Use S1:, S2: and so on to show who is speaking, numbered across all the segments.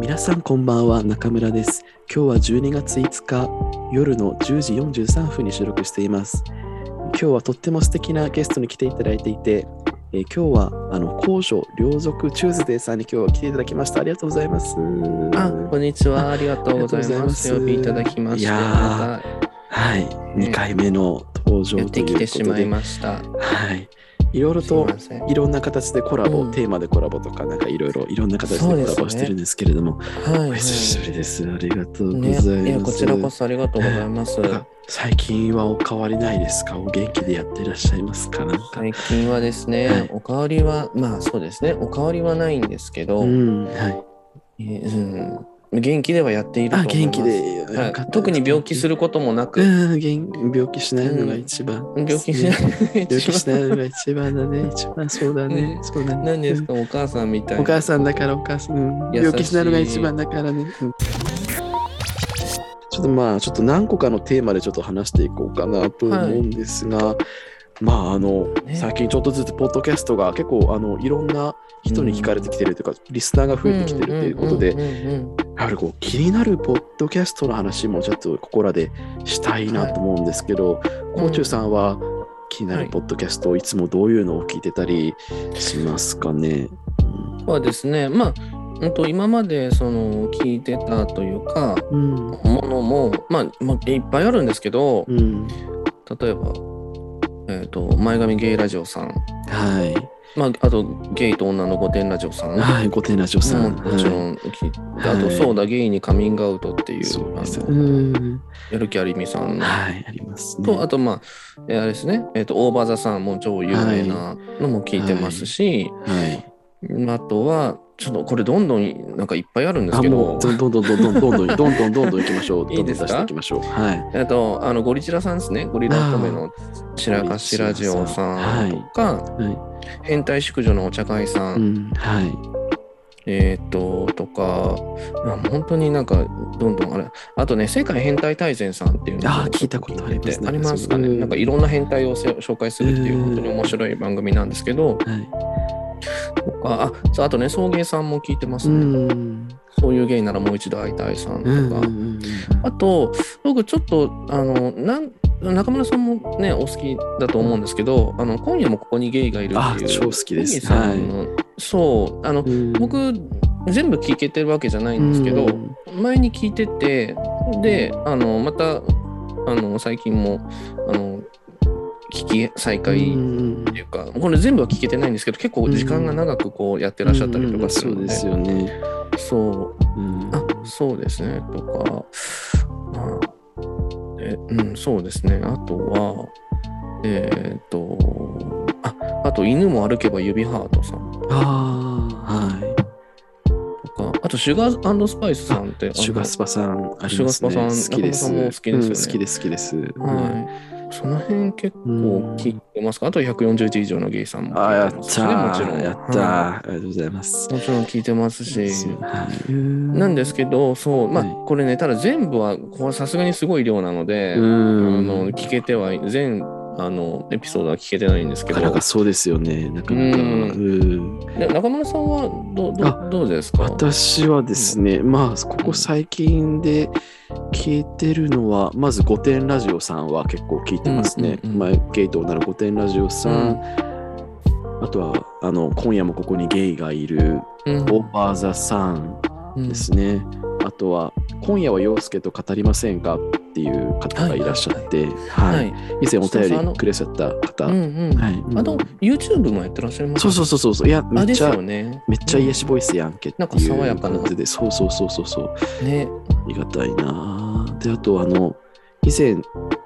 S1: 皆さんこんばんは中村です今日は12月5日夜の10時43分に収録しています今日はとっても素敵なゲストに来ていただいていて、えー今日はあの高所両族チューズデーさんに今日は来ていただきましたありがとうございます
S2: あ、こんにちは。ありがとうございます。
S1: あ
S2: お
S1: り
S2: 呼
S1: がとうございます
S2: びいただきまし
S1: い
S2: て、
S1: やー
S2: ま
S1: はい2回目の登
S2: た
S1: 場
S2: やっ
S1: とい
S2: て
S1: うこ
S2: き
S1: と
S2: て
S1: で
S2: しまいました。
S1: はいいろいろ
S2: すい
S1: と
S2: ません。
S1: いろんな形でコラボ、
S2: うん
S1: テーマでコラボとかなんかいろいろいろんな形で
S2: そう
S1: コ
S2: です
S1: ラ
S2: ね
S1: ボしてるんですけれども、
S2: はい、
S1: お久しぶりですありがとうございます、
S2: ね、いや、こちらこそありがとうございます。
S1: あ最近はお変わりないですかお元気でやっていらっしゃいますかなんか、
S2: 最近はですね、
S1: はい
S2: おかわりは、まあそうですね、おかわりはないんですけど、
S1: うんはい
S2: えーうん元気ではやっていると
S1: あ
S2: 思い
S1: 元
S2: ま
S1: 気
S2: す。
S1: でよかった
S2: はい
S1: です
S2: 特に病気することもなく、
S1: うん元病気しないのが一番、
S2: 病気しない
S1: ね。病気しない
S2: い。
S1: のが一番だね一番そうだね、
S2: うん
S1: そうだね
S2: 何ですか、お母さんみたい
S1: お
S2: な。
S1: 母さんだからお母さん、うん
S2: 優しい
S1: 病気しないのが一番だからね。うんちょっとまあちょっと何個かのテーマでちょっと話していこうかなと思うんですが、まああの、
S2: ね
S1: 最近ちょっとずつポッドキャストが結構あのいろんな人に聞かれてきてるというか、リスナーが増えてきてるということで、
S2: んうんうんうん
S1: やはりこう気になるポッドキャストの話もちょっとここらでしたいなと思うんですけど、
S2: い
S1: こうちゅうさんは気にな
S2: は
S1: る
S2: い
S1: ポッドキャスト、い、つもどういうのを聞いてたりしますかね、
S2: はですねまあうんと今までその聞いてたというか
S1: うん
S2: ものも、まあ、まあいっぱいあるんですけど
S1: うん、
S2: 例えば、えー、と前髪ゲイラジオさん、
S1: はい。
S2: まあ、あとゲイと女の御殿ラジオさん
S1: はい、御殿ラジオさ
S2: も
S1: ん。
S2: もちろ
S1: はい
S2: ん聞いて、
S1: い
S2: あとそうだゲイにカミングアウトっていう
S1: そうです
S2: あ
S1: ね。
S2: の
S1: うん。
S2: やる気ありみさんの
S1: はい、ありますね。
S2: とあとまあえーあれですね、えー、とオーバーザさんも超有名なのも聞いてますし、
S1: はい。
S2: あとはちょっとこれどんどんなんかいっぱいあるんです
S1: あ、
S2: け
S1: も
S2: ど
S1: う、どんどんどんどんどんどんどんどんどんどんどん行きましょう。
S2: いいですか
S1: どんどん出していきましょう。はい。
S2: えっと、あのゴリチラさんですね。ゴリラ乙女の白かしラジオさんとか、
S1: は
S2: 変態淑女のお茶会さん、
S1: い。うん。はい。
S2: えっと、とか、まあ、本当になんか、どんどんあれ、あとね、世界変態大全さんっていうのを
S1: あー聞いたことありますね
S2: ありますかね。
S1: うん
S2: なんかいろんな変態をせ紹介するっていうう、
S1: ん
S2: 本当に面白い番組なんですけど、
S1: はい。
S2: とかあ、そうあとね、送迎さんも聞いてます
S1: う
S2: ね。
S1: ん。
S2: そういうゲイならもう一度会いたいさんと
S1: う
S2: か。
S1: ん。うん
S2: あと、僕ちょっと、あの、なん中村さんもね、お好きだと思うんですけど、あの今夜もここにゲイがいる
S1: あ
S2: ってい、う。
S1: 超好きで
S2: ゲイ
S1: す。
S2: さ
S1: は
S2: ん
S1: い。
S2: の、そう、あの、
S1: うん
S2: 僕、全部聞けてるわけじゃないんですけど、
S1: うん
S2: 前に聞いてて、で、あの、また、あの、最近も、あの、聞き再開
S1: う
S2: っ
S1: ん
S2: ていうか、これ全部は聞けてないんですけど、結構時間が長くこうやってらっしゃったりとかする
S1: うんそう
S2: ので、
S1: ですよね。
S2: そう、
S1: うん
S2: あそうですねとか、まあえうん、そうですねあとはえーっ、とああと「犬も歩けば指ハート」さん
S1: あー、は
S2: とかあと「シュガースパイス」さんってあの
S1: い。シュガスパさん、ありますね。
S2: シュガスパさん
S1: 好きです。
S2: 中村さんも好きですよね
S1: うん好きです、好きです。うん
S2: はいその辺結構聞いてますかあと140字以上のゲイさんも
S1: あや
S2: 聞
S1: っ
S2: い
S1: た
S2: てますしね
S1: ー
S2: もちろん
S1: やったー、
S2: は
S1: ありがとうございます
S2: い。もちろん聞いてますし
S1: はい
S2: なんですけどそうまあ
S1: はい
S2: これねただ全部はこれさすがにすごい量なので、あの
S1: うん
S2: 聞けては全あのエピソードは聞けてないんですけ
S1: な
S2: ど
S1: かなかそうですよねなかなか
S2: うん
S1: うん
S2: で中村さんはど
S1: あ
S2: どどうですか
S1: 私はですねまあここ最近で聞いてるのはまず「御殿ラジオ」さんは結構聞いてますね、
S2: うんうんうん
S1: まあ、ゲイと女の御殿ラジオさん、あとはあの「今夜もここにゲイがいる」
S2: うん
S1: オーバー・ザ・さん」
S2: うん
S1: ですね。あとは「今夜は陽介と語りませんか?」っていう方がいらっしゃって、はい
S2: はい、
S1: 以前お便りくれちゃった方、
S2: うんうん
S1: はいうん
S2: あと YouTube もやってらっしゃいます
S1: そうそうそうそういやめ
S2: あ
S1: っ
S2: です
S1: ちゃ、
S2: よね
S1: めっちゃ癒しボイスやんけっていう
S2: なんか爽やかな
S1: 感じでそうそうそうそうそう
S2: ね
S1: ありがたいなあであとあの以前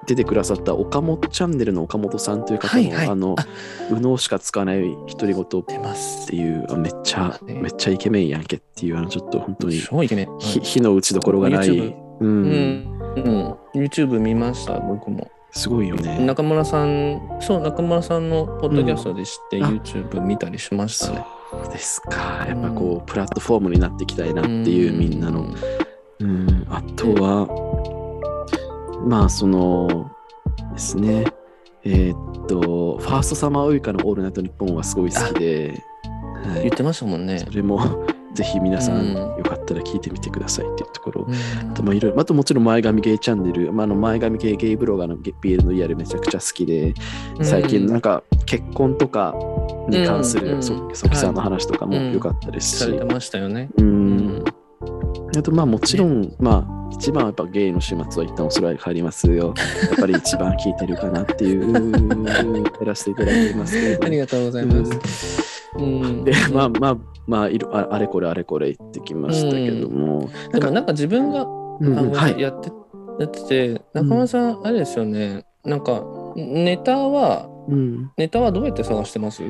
S1: 出てくださった岡本チャンネルの岡本さんという方も、
S2: はいはい
S1: あの
S2: あ
S1: 右脳しか使わない独り言っ
S2: 出ます
S1: ていうあめっちゃ、
S2: ね
S1: めっちゃイケメンやんけっていうあのちょっと本当に
S2: 超イケメンはい
S1: 火火の打ちどころがない、
S2: YouTube
S1: う、
S2: うんんうん YouTube 見ました僕も
S1: すごいよね。
S2: 中村さんそう中村さんのポッドキャストで知って、
S1: うんあ
S2: YouTube 見たりしました
S1: そ
S2: ね
S1: うですか。やっぱこう、プラットフォームになっていきたいなっていう、みんなの。うん、あとは、まあ、そのですね、えーっと、ファーストサマーウイカのオールナイトニッポンはすごい好きで、は
S2: 言
S1: い
S2: っ、てましたもんね
S1: そ。れも ぜひ皆さん、
S2: うん
S1: よかったら聞いてみてくださいっていうところ。
S2: うん
S1: あと、まあ、いろいろ、あともちろん前髪ゲイチャンネル、まあ、あの前髪系ゲイブロガーのゲ BL のリアルめちゃくちゃ好きで、最近なんか結婚とかに関す
S2: うんう
S1: る
S2: ん
S1: そそきさんの話とかも良かったです
S2: さ
S1: し、
S2: れてましたよね。
S1: うん、あとまあもちろん、まあ一番はやっぱゲイの週末は一旦おそらく帰りますよ。やっぱり一番聞いてるかなっていうやらせていただいてますけれど
S2: あり
S1: も。
S2: がとうございます。うん
S1: でまあまあまあいろああれこれあれこれ言ってきましたけども、
S2: でもなんか自分があ
S1: うんうん
S2: の
S1: はい
S2: やってやってて中村さんあれですよねなんかネタは
S1: うん、
S2: ネタはどうやって探してます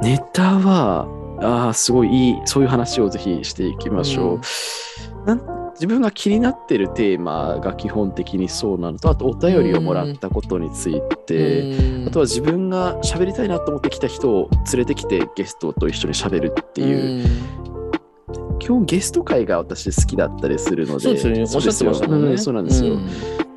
S1: ネタはああすごいいいそういう話をぜひしていきましょう、なん自分が気になってるテーマが基本的にそうなのとあとお便りをもらったことについて、
S2: うん
S1: あとは自分が喋りたいなと思ってきた人を連れてきてゲストと一緒に喋るっていう、基本ゲスト会が私好きだったりするの
S2: うん
S1: で
S2: そうですよねおっしゃってましたもんね、
S1: うんそうなんですよ、
S2: ん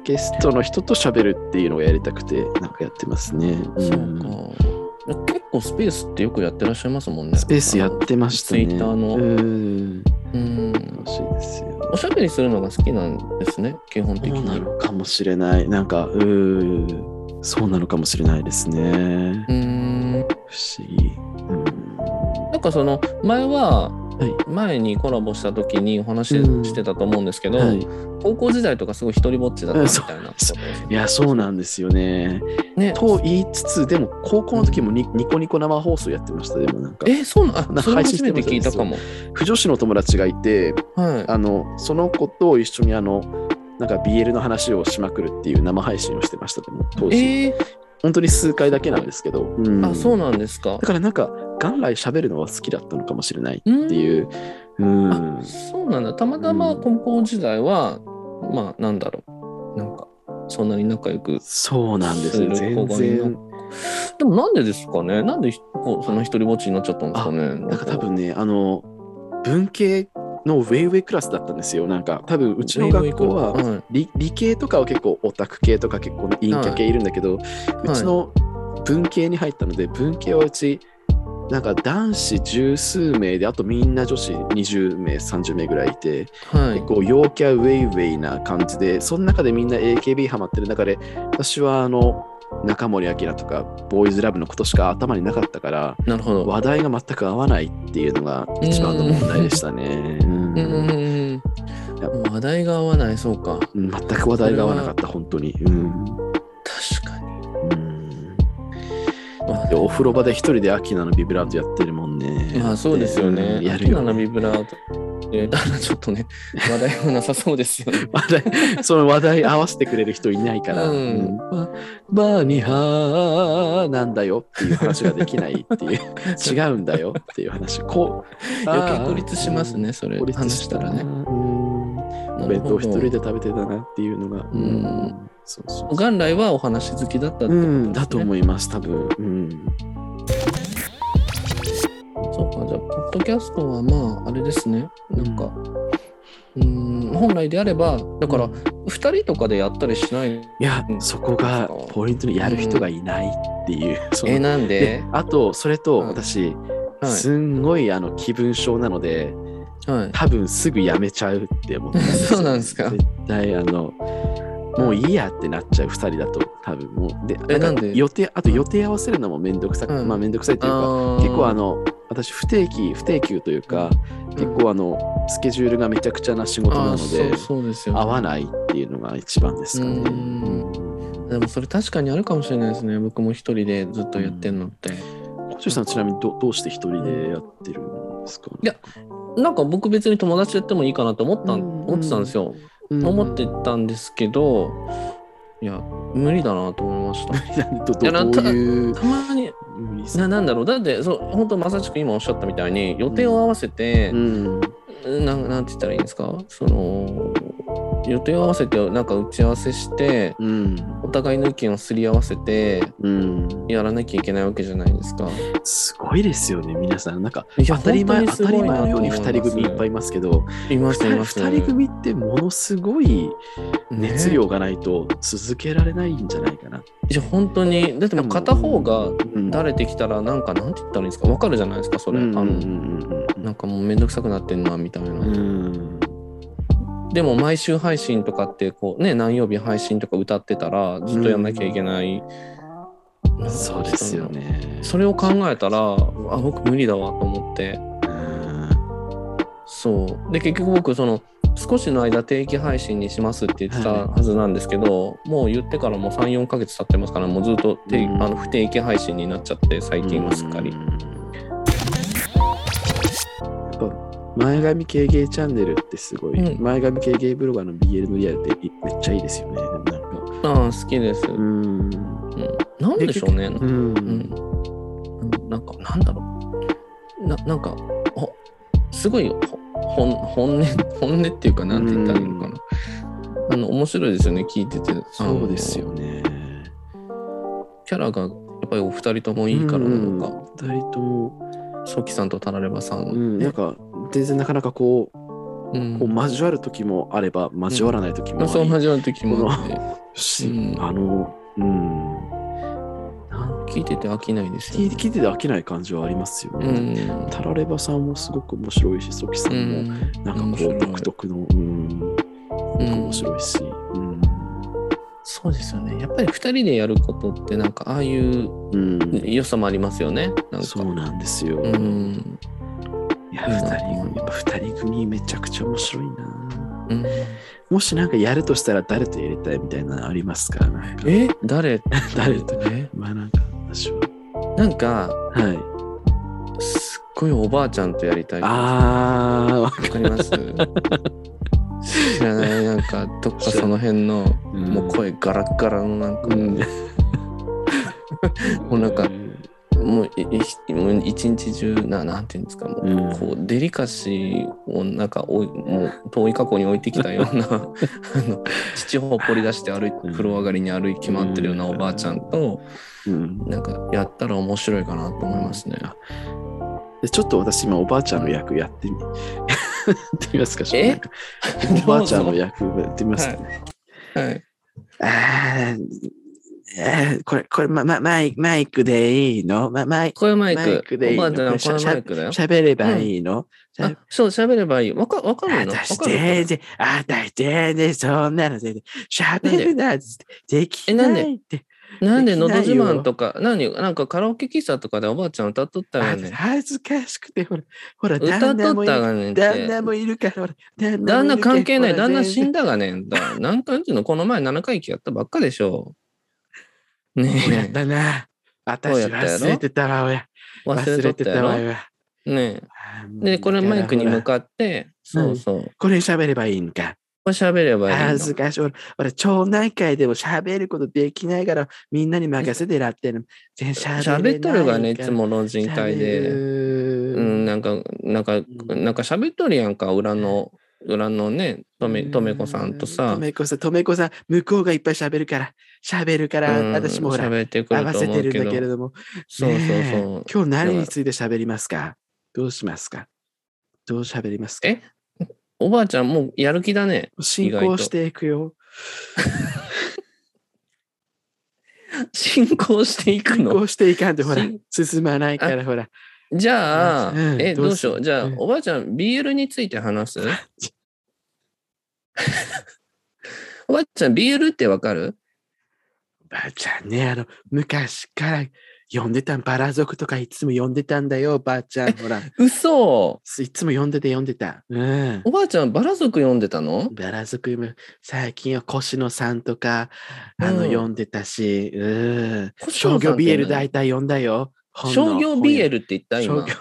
S1: ゲストの人と喋るっていうのをやりたくてなんかやってますね、
S2: そう
S1: うん
S2: か結構スペースってよくやってらっしゃいますもんね
S1: スペースやってましたね
S2: ツイッターの
S1: うん
S2: うん
S1: 楽しいですよ
S2: おしゃべりするのが好きなんですね基本的
S1: そうな
S2: に
S1: のかもしれないなんかうーそうなのかもしれないですね
S2: うん
S1: 不思議うん
S2: なんかその前は、
S1: い
S2: 前にコラボした時にお話
S1: うん
S2: してたと思うんですけど、
S1: はい、
S2: 高校時代とかすごい一人ぼっちだったみたいなこと
S1: そいやそうなんですよね
S2: ね
S1: と言いつつでも高校の時もニ,、ニコニコ生放送やってましたでもなんか
S2: えそうなん
S1: な
S2: あそれ
S1: 配信
S2: 初
S1: して
S2: め
S1: ま
S2: て
S1: した
S2: 聞いたかも
S1: 不女子の友達がいて
S2: は
S1: あのその子と一緒にあのなんか BL の話をしまくるっていう生配信をしてましたでも当
S2: い
S1: 時、
S2: えー
S1: 本当に数回だけなんですけど、うん
S2: あそうなんですか
S1: だからなんか元来喋るのは好きだったのかもしれない
S2: うん
S1: っていううん
S2: あそうなんだたまたま
S1: うん
S2: 高校時代は、まあなんだろうなんかそんなに仲良く
S1: そうなんですよ
S2: す
S1: 全
S2: る子がいな
S1: 然
S2: でもなんでですかねなんでひこうその一人ぼっちになっちゃったんですかね
S1: なんか多分ね、あの、文系のウェイウェイクラスだったんですよ。なんか、多分うちの学校は
S2: はい
S1: 理理系とかは結構オタク系とか結構陰キャ系いるんだけど、うちの文系に入ったので、文系はうち、なんか男子十数名で、あとみんな女子20名、30名ぐらいいて、
S2: はい
S1: 結構陽キャウェイウェイな感じで、その中でみんな AKB ハマってる中で、私はあの、中森明菜とかボーイズラブのことしか頭になかったから、
S2: なるほど
S1: 話題が全く合わないっていうのが一番の問題でしたね。うん
S2: うんうんうんうん話題が合わないそうか
S1: 全く話題が合わなかった、本当に。うん
S2: 確か
S1: う
S2: に、
S1: ん
S2: まあ
S1: でお風呂場で一人でアキナのビブラートやってるもんね。
S2: まあそうですよ
S1: うん
S2: ね。
S1: やるよ、
S2: ナビ
S1: ね。
S2: ブラート。えた だちょっとね、話題はなさそうですよね。
S1: 話題 その話題合わせてくれる人いないから、
S2: うん
S1: うんババーニハーなんだよっていう話ができないっていう 違うんだよっていう話こう
S2: 余計孤立しますね、そ
S1: あー
S2: れ。
S1: 孤立
S2: 話したらね。
S1: うんお
S2: なる
S1: 弁当
S2: ほ
S1: を一人で
S2: ど。
S1: 食べてたなっていうのが、
S2: うん
S1: そうそうそう
S2: 元来はお話好きだったってことですね
S1: うん、だと思います多分、うん、
S2: そうか、じゃあ、ポッドキャストはまあ、あれですね。なんか、うん、本来であれば、だから、二人とかでやったりしない。
S1: いや、
S2: うん
S1: そこがポイントにやる人がいないっていう、その
S2: え、なんで
S1: であとそれと
S2: うん
S1: 私、
S2: はい。
S1: すんごいあの気分症なので
S2: はい。
S1: 多分すぐやめちゃうって思って
S2: そうなんですか
S1: 絶対あのもういいやってなっちゃう2人だと多分もうでか
S2: えなんで
S1: 予定あと予定合わせるのもめんどくさく、
S2: うん
S1: まあめんどくさいというか結
S2: 結
S1: 構あ、の私不定期不定休というか、結構あのスケジュールがめちゃくちゃな仕事
S2: あ
S1: な
S2: ー
S1: ので
S2: そうそうですよね
S1: 合わないっていうのが一番ですかね。
S2: うんでもそれ確かにあるかもしれないですね。僕も一人でずっとやってんのって。
S1: 小中さんちなみにどどうして一人でやってるんですか、
S2: いやなんか僕別に友達とやってもいいかなと思った、
S1: うん
S2: 思ってたんですよ。
S1: うん
S2: 思 ってたんですけど、いや、無理だなと思いました。
S1: なんどど
S2: いやなん
S1: どういう
S2: たまに、
S1: 無理さ
S2: ななんだろう。だって、そう、本当まさしく今おっしゃったみたいに、予定を合わせて、
S1: うん
S2: なん、なんて言ったらいいんですかその、予定を合わせて、なんか打ち合わせして、
S1: うん
S2: お互いの意見をすり合わせて
S1: うん、
S2: やらなきゃいけないわけじゃないですか。
S1: すごいですよね、皆さん。なんか
S2: いや
S1: 当たり前
S2: 本当にす
S1: 当
S2: ご
S1: た
S2: い
S1: り
S2: な
S1: 前のように
S2: と思
S1: 2人組い
S2: ます
S1: っぱいいますけど、
S2: いますい
S1: 2,
S2: ます。
S1: 人組ってものすごい
S2: ね
S1: 熱量がないと続けられないんじゃないかな。
S2: じゃあ本当にだってもう片方が
S1: うん
S2: だれてきたらなんかなんて言ったらいいんですかわかるじゃないですかそれ、
S1: うんうん
S2: あ
S1: う
S2: の
S1: ん
S2: なんかもうめんどくさくなってんなみたいな、
S1: うんうん
S2: でも毎週配信とかってこうね何曜日配信とか歌ってたらずっとやんなきゃいけない、
S1: うんそうですよね。
S2: それを考えたらあ僕無理だわと思って
S1: うん
S2: そうで結局僕その少しの間定期配信にしますって言ってたはずなんですけど、もう言ってからもう34ヶ月経ってますからもうずっと定
S1: うん
S2: あの不定期配信になっちゃって最近はすっかり
S1: う、んやっぱ前髪系ゲイチャンネルってすごい、
S2: うん
S1: 前髪系ゲイブロガーの BL のリアルってめっちゃいいですよね。でもなんか
S2: ああ好きです、
S1: うん
S2: なんでしょうね。
S1: うん
S2: うん、なんかなんだろうななんかほすごいほほん本音 本音っていうかなんて言ったらいいのかな、あの面白いですよね聞いてて
S1: そうです
S2: よ
S1: よね。
S2: キャラがやっぱりお二人ともいいからなのか、
S1: うん二人とも、
S2: ソキさんとタラレバさんは、
S1: うんなんか全然なかなかこう
S2: うん
S1: こう交わる時もあれば交わらない時もあり、
S2: そう始まる時もあって、
S1: し
S2: うん
S1: あのうん
S2: なん聞いてて飽きないです
S1: 聞
S2: よ
S1: いて聞いてて飽きない感じはありますよ
S2: う
S1: ね。
S2: ん
S1: タラレバさんもすごく面白いし、ソキさん
S2: う
S1: も、
S2: ん
S1: なん
S2: 面
S1: かこ
S2: 白
S1: う
S2: い
S1: 独特の、うん、面白いし、うん、
S2: そうですよねやっぱり二人でやることってなんかああいう
S1: うん、
S2: 良さもありますよねなんか
S1: そうなんですよ。
S2: うん
S1: いや、
S2: いいな
S1: 二人組、やっぱ二人組めちゃくちゃ面白いな。
S2: うん
S1: もしなんかやるとしたら誰とやりたいみたいなのありますかなんか
S2: え誰
S1: 誰と
S2: ね
S1: まあなんか私は。
S2: なんか
S1: はい。
S2: すっごいおばあちゃんとやりたいわ
S1: あー、
S2: か ります知らないなんかどっかその辺の
S1: うん
S2: もう声ガラッガラのなんか、
S1: うん
S2: もうなんかもういいもう一日中ななんていうんですかもう,、
S1: うん
S2: こうデリカシーをなんかおいもう遠い過去に置いてきたよ うなあの父を掘り出して歩い風呂上がりに歩い決まってるようなおばあちゃんと
S1: うん
S2: なんかやったら面白いかなと思いますね。
S1: でちょっと私今おばあちゃんの役やってみ やってみますか
S2: え
S1: なんかおばあちゃんの役やってみますか、
S2: はい、
S1: あーあーこれこれ、ま、まマイマイクでいいの、ま、マイ
S2: これマイ
S1: マイ
S2: ク。
S1: クでいいの
S2: おばあちゃん
S1: しゃ
S2: はこれマイクだよ。
S1: 喋ればいいの、しゃ
S2: あ、そう、喋ればいい。わか、わかるのわ
S1: 私
S2: かる
S1: 全然、あたし全然そんなの全然喋るなんてできないって。
S2: なんで、
S1: でき
S2: の
S1: ない
S2: ど
S1: よ
S2: 自慢とか、何、なんかカラオケ喫茶とかでおばあちゃん歌っとった
S1: あ
S2: よ
S1: の
S2: ね。
S1: 恥ずかしくて、ほら、ほら、
S2: 歌
S1: 旦
S2: っ
S1: 那
S2: と
S1: も
S2: っ
S1: い
S2: た
S1: る
S2: がねんって
S1: 旦那もいるから、ほら、旦
S2: 旦那関係ない、旦那死ん
S1: だ。
S2: だがねんだ。なんかなんていうの、この前7回忌やったばっかでしょ。
S1: ほらやっ
S2: ねえ、
S1: たな。
S2: そ
S1: 私
S2: うやったやろ
S1: 忘れてたわ、おや。
S2: 忘
S1: 忘
S2: れ
S1: れ
S2: と
S1: て
S2: ったや
S1: たわ、お
S2: ろ。
S1: や。
S2: ね
S1: あー
S2: え。で、これマイクに向
S1: っ
S2: かって、そうそう。こ
S1: これ喋ればいいんか。
S2: れ喋ればいいの。
S1: 恥ずかしい。俺、俺町内会でも喋ることできないから、みんなに任せてらってんの。全然
S2: 喋っとるがね、いつ
S1: も
S2: も老人会で。う、。
S1: うん
S2: なんか、なんか、
S1: うん
S2: なんか喋っとるやんか、裏の、裏のね、とめ、とめこさんと
S1: と
S2: さ。
S1: めこさん、とめこさん、向こうがいっぱい喋るから、喋るから、
S2: うん
S1: 私もほら、
S2: 喋ってく
S1: 合
S2: る
S1: わ
S2: と
S1: せ
S2: 思
S1: て
S2: うけ
S1: るんだけれど
S2: ど。
S1: も、
S2: そうそう
S1: ねえ
S2: そう。
S1: 今日何について喋りますかどうしますかどう喋りますか
S2: えおばあちゃん、もうやる気 だね。
S1: 進
S2: 意外
S1: 行
S2: と
S1: していくよ。
S2: 進行していく
S1: 進
S2: の。
S1: 行していかんと、ほら
S2: 進、
S1: 進まないから、ほら。
S2: じゃあ、
S1: うん
S2: え、
S1: ど
S2: ど
S1: う
S2: うしよ
S1: す
S2: う。
S1: る
S2: じゃあ
S1: う、ん
S2: おばあちゃん、BL について 話すおばあちゃん、BL ってわかる
S1: ばあちゃんね、あの、昔から呼んでたん、バラ族とかいつも呼んでたんだよ、ばあちゃん。ほら、い
S2: 嘘
S1: つも呼んでて呼んでた。うん。
S2: おばあちゃん、バラ族読んでたの
S1: バラ族も最近は越野さんとか、あの、
S2: うん
S1: 呼んでたし、うん。
S2: 越
S1: 商
S2: 野さ
S1: 業
S2: んって何
S1: BL 大体呼んだよ。本の
S2: 商業
S1: 本や
S2: BL って言った
S1: 商
S2: 今
S1: 業。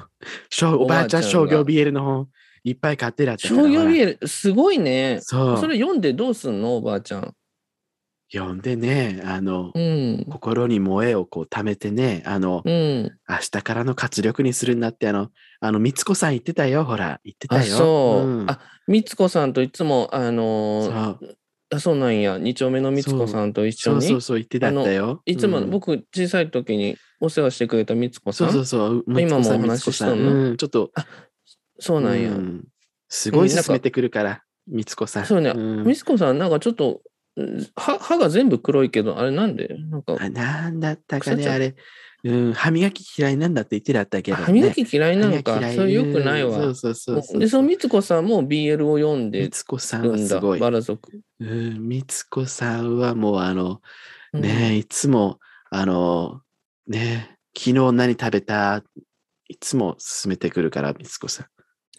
S1: 商おばあちゃん
S2: おばあちゃん
S1: 商
S2: が
S1: 業 BL の本いっぱい買ってらったから。
S2: 商業
S1: ほら
S2: BL、すごいね。
S1: そう。
S2: それ読んでどうすんのおばあちゃん。
S1: 呼んでね、あの、
S2: うん。
S1: 心に萌えをこう貯めてね、あの、
S2: うん。
S1: 明日からの活力にするんだって、あの、あの、みつこさん言ってたよ、ほら、言ってたよ。
S2: あ、そう。
S1: ん
S2: あ、みつこさんといつも、あ
S1: そ
S2: のー
S1: う
S2: あそうなんや二丁目のみつこさんと一緒
S1: そうそ
S2: に
S1: うそう、言ってたんだよ。
S2: いつも
S1: うん
S2: 僕小さい時にお世話してくれたみつこさ
S1: そ
S2: ん
S1: う
S2: そ
S1: そううそう、
S2: 今も
S1: みつこさん
S2: お話ししたの
S1: みつこさんうんちょっと、
S2: なんや、
S1: うんすごい
S2: なんか
S1: 進めてくるから、みつこさん。
S2: そうね
S1: ん
S2: みつこさんなんかちょっとうん歯歯が全部黒いけどあれなんでなんか
S1: あなんだったか
S2: 腐っ
S1: ね、
S2: ちゃう
S1: あれ。うん、歯磨き嫌いなんだって言ってたったけど、ね。
S2: 歯磨き嫌いなの
S1: 歯
S2: か、
S1: 磨き嫌
S2: それよくないわ。
S1: うんそうそうそうそう。
S2: でそのみつこさんも BL を読んで
S1: みつこさん
S2: る
S1: は
S2: ん
S1: す
S2: だ
S1: ごい。
S2: バラ族、
S1: うん、みつこさんはもうあの、
S2: うん
S1: ねえいつも、あの、ねえ昨日何食べたいつも進めてくるから、みつこさ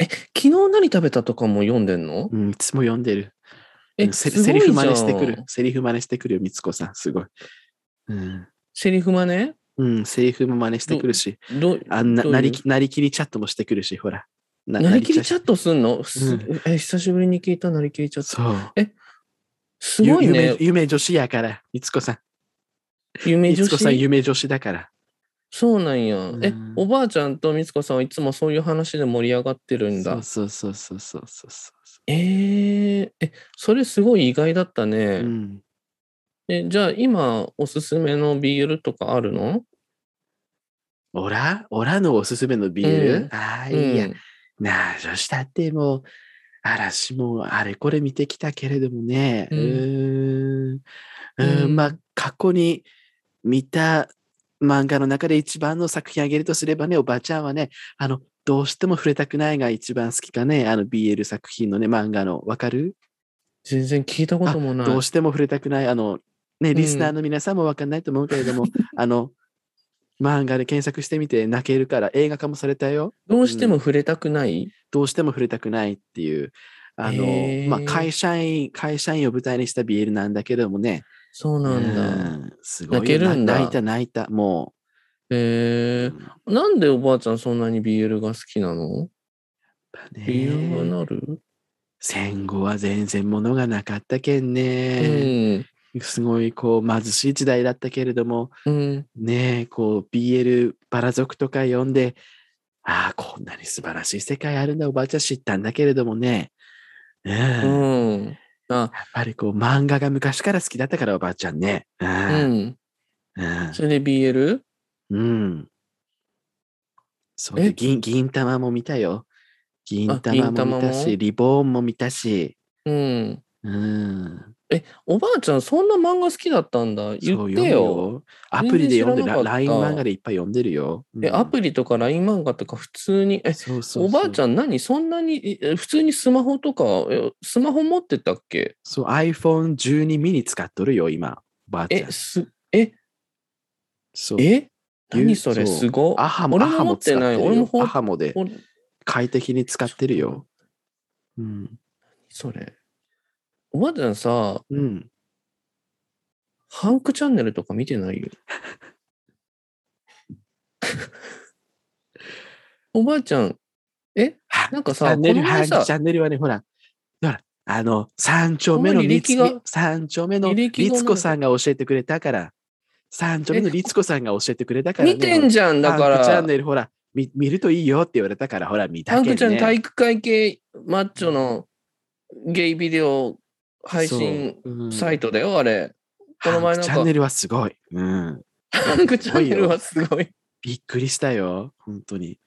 S2: 昨日何食べたとかも読んでんの
S1: ん。うん、いつも読んでる。う
S2: え
S1: んセ
S2: すごい
S1: セリフ真似
S2: じゃ
S1: し
S2: ん
S1: てくる。セリフ真似してくるよ、みつこさん。すごい。うん、
S2: セリフ真似
S1: うん、セリフも真似してくるし、
S2: ど
S1: あんな
S2: どういう
S1: なりきなりきりチャットもしてくるし、ほら。な
S2: なりきりチ
S1: ャッ
S2: ャットすんの、す
S1: うん
S2: え久しぶりに聞いたなりきりチャ
S1: ト
S2: ット
S1: そう。
S2: すごい
S1: ゆ
S2: ね
S1: 夢夢女子やから、みつこさん。
S2: 夢
S1: み
S2: 女
S1: つこさん
S2: 子
S1: 夢女子だから。
S2: そうなんや、え
S1: うん
S2: おばあちゃんとみつこさんはいつもそういう話で盛り上がってるんだ
S1: そうそうそうそうそうそ
S2: えー、えそれすごい意外だったね、
S1: う。うん、
S2: えじゃあ今おすすめの BL とかあるの
S1: オラオラのおすすめのビール、
S2: うん
S1: ああ、いいや。
S2: うん
S1: なあ、女子だってもう、嵐もあれこれ見てきたけれどもね、う
S2: うん
S1: ーん、うーん
S2: うん
S1: まあ、過去に見た漫画の中で一番の作品あげるとすればね、おばあちゃんはね、あの、どうしても触れたくないが一番好きかね、あの BL 作品のね、漫画の、わかる
S2: 全然聞いたこともない
S1: どうしても触れたくない、あの、ね、
S2: ん
S1: リスナーの皆さんもわかんないと思うけれども、あの、漫画で検索してみて泣けるから映画化もされたよ。
S2: どうしても触れたくない、
S1: どうしても触れたくないっていう、あ
S2: へ
S1: の、
S2: ー
S1: まあ、会社員、会社員を舞台にした BL なんだけどもね。
S2: そうなんだ。
S1: うんすごいよ。
S2: 泣けるん
S1: な
S2: だ
S1: 泣いた泣いた、もう。
S2: え
S1: うんやっ
S2: ー、なんでおばあちゃんそんなに BL が好きなの
S1: ぱ
S2: 理由は
S1: ね
S2: なる、
S1: 戦後は全然物がなかったけんね、すごいこう貧しい時代だったけれども、
S2: うん。うん。
S1: ねえ、こう BL バラ族とか読んで、ああ、こんなに素晴らしい世界あるんだ、おばあちゃん知ったんだけれどもね。うん、やっ
S2: うん。あ、
S1: ぱりこう漫画が昔から好きだったから、おばあちゃんね。う。
S2: うんん。
S1: うん
S2: それで BL?
S1: うん。そうで
S2: え
S1: 銀、銀玉も見たよ。銀
S2: あ
S1: 玉
S2: 銀玉
S1: も見た
S2: も
S1: し、リボーンも見たし。
S2: うん。
S1: うん。
S2: おばあちゃんそんな漫画好きだったんだ。言
S1: そう
S2: っ
S1: 読む
S2: てよ。
S1: よ。アプリで読んでる、
S2: 全然知らなかった
S1: LINE 漫画でいっぱい読んでるよ。
S2: え、ア
S1: リ
S2: プリとか LINE 漫画とか普通に、え、
S1: そうそうそう
S2: おばあちゃん何そんなに、え普通にスマホとか、えスマホ持ってたっけ
S1: そう、iPhone12 ミニ使っとるよ、今、ばあち
S2: え
S1: ゃん、。
S2: す、え、
S1: そう
S2: え
S1: 言う
S2: 何それ
S1: そう
S2: すごっ
S1: アハモ、
S2: 俺
S1: ア
S2: も
S1: ハ
S2: 持
S1: モ
S2: って
S1: 使
S2: ない
S1: ってるよ
S2: 俺もほ
S1: アハモで
S2: お
S1: 快適に使ってるよ。うん。
S2: それ。おばあちゃんさ、
S1: うん。
S2: ハンクチャンネルとか見てないよ。 おばあちゃん、なんかさ
S1: チャンネル、
S2: この前さ
S1: はいチャンネルはね、ほら、ほら、あの、三丁目の
S2: この履
S1: みつ
S2: 歴が
S1: み三丁目の
S2: 履
S1: 律
S2: 歴がない
S1: 子さんが教えてくれたから、三丁目の律子さんが教えてくれたからね、
S2: 見てんじゃん、だか
S1: ハンクチャ
S2: ら
S1: ン。ネル、ほら、見見るといいよって言われたから、ほら、見た
S2: ハン
S1: け
S2: クちゃん
S1: ね
S2: 体育会系マッチョのゲイビデオ配信
S1: そううん
S2: サイトだよ、あれ。この前
S1: ハンク
S2: なん
S1: チ
S2: か
S1: ャンネルはすごい。うん。
S2: ハンクチャンネルはすごい。
S1: びっくりしたよ、本当に。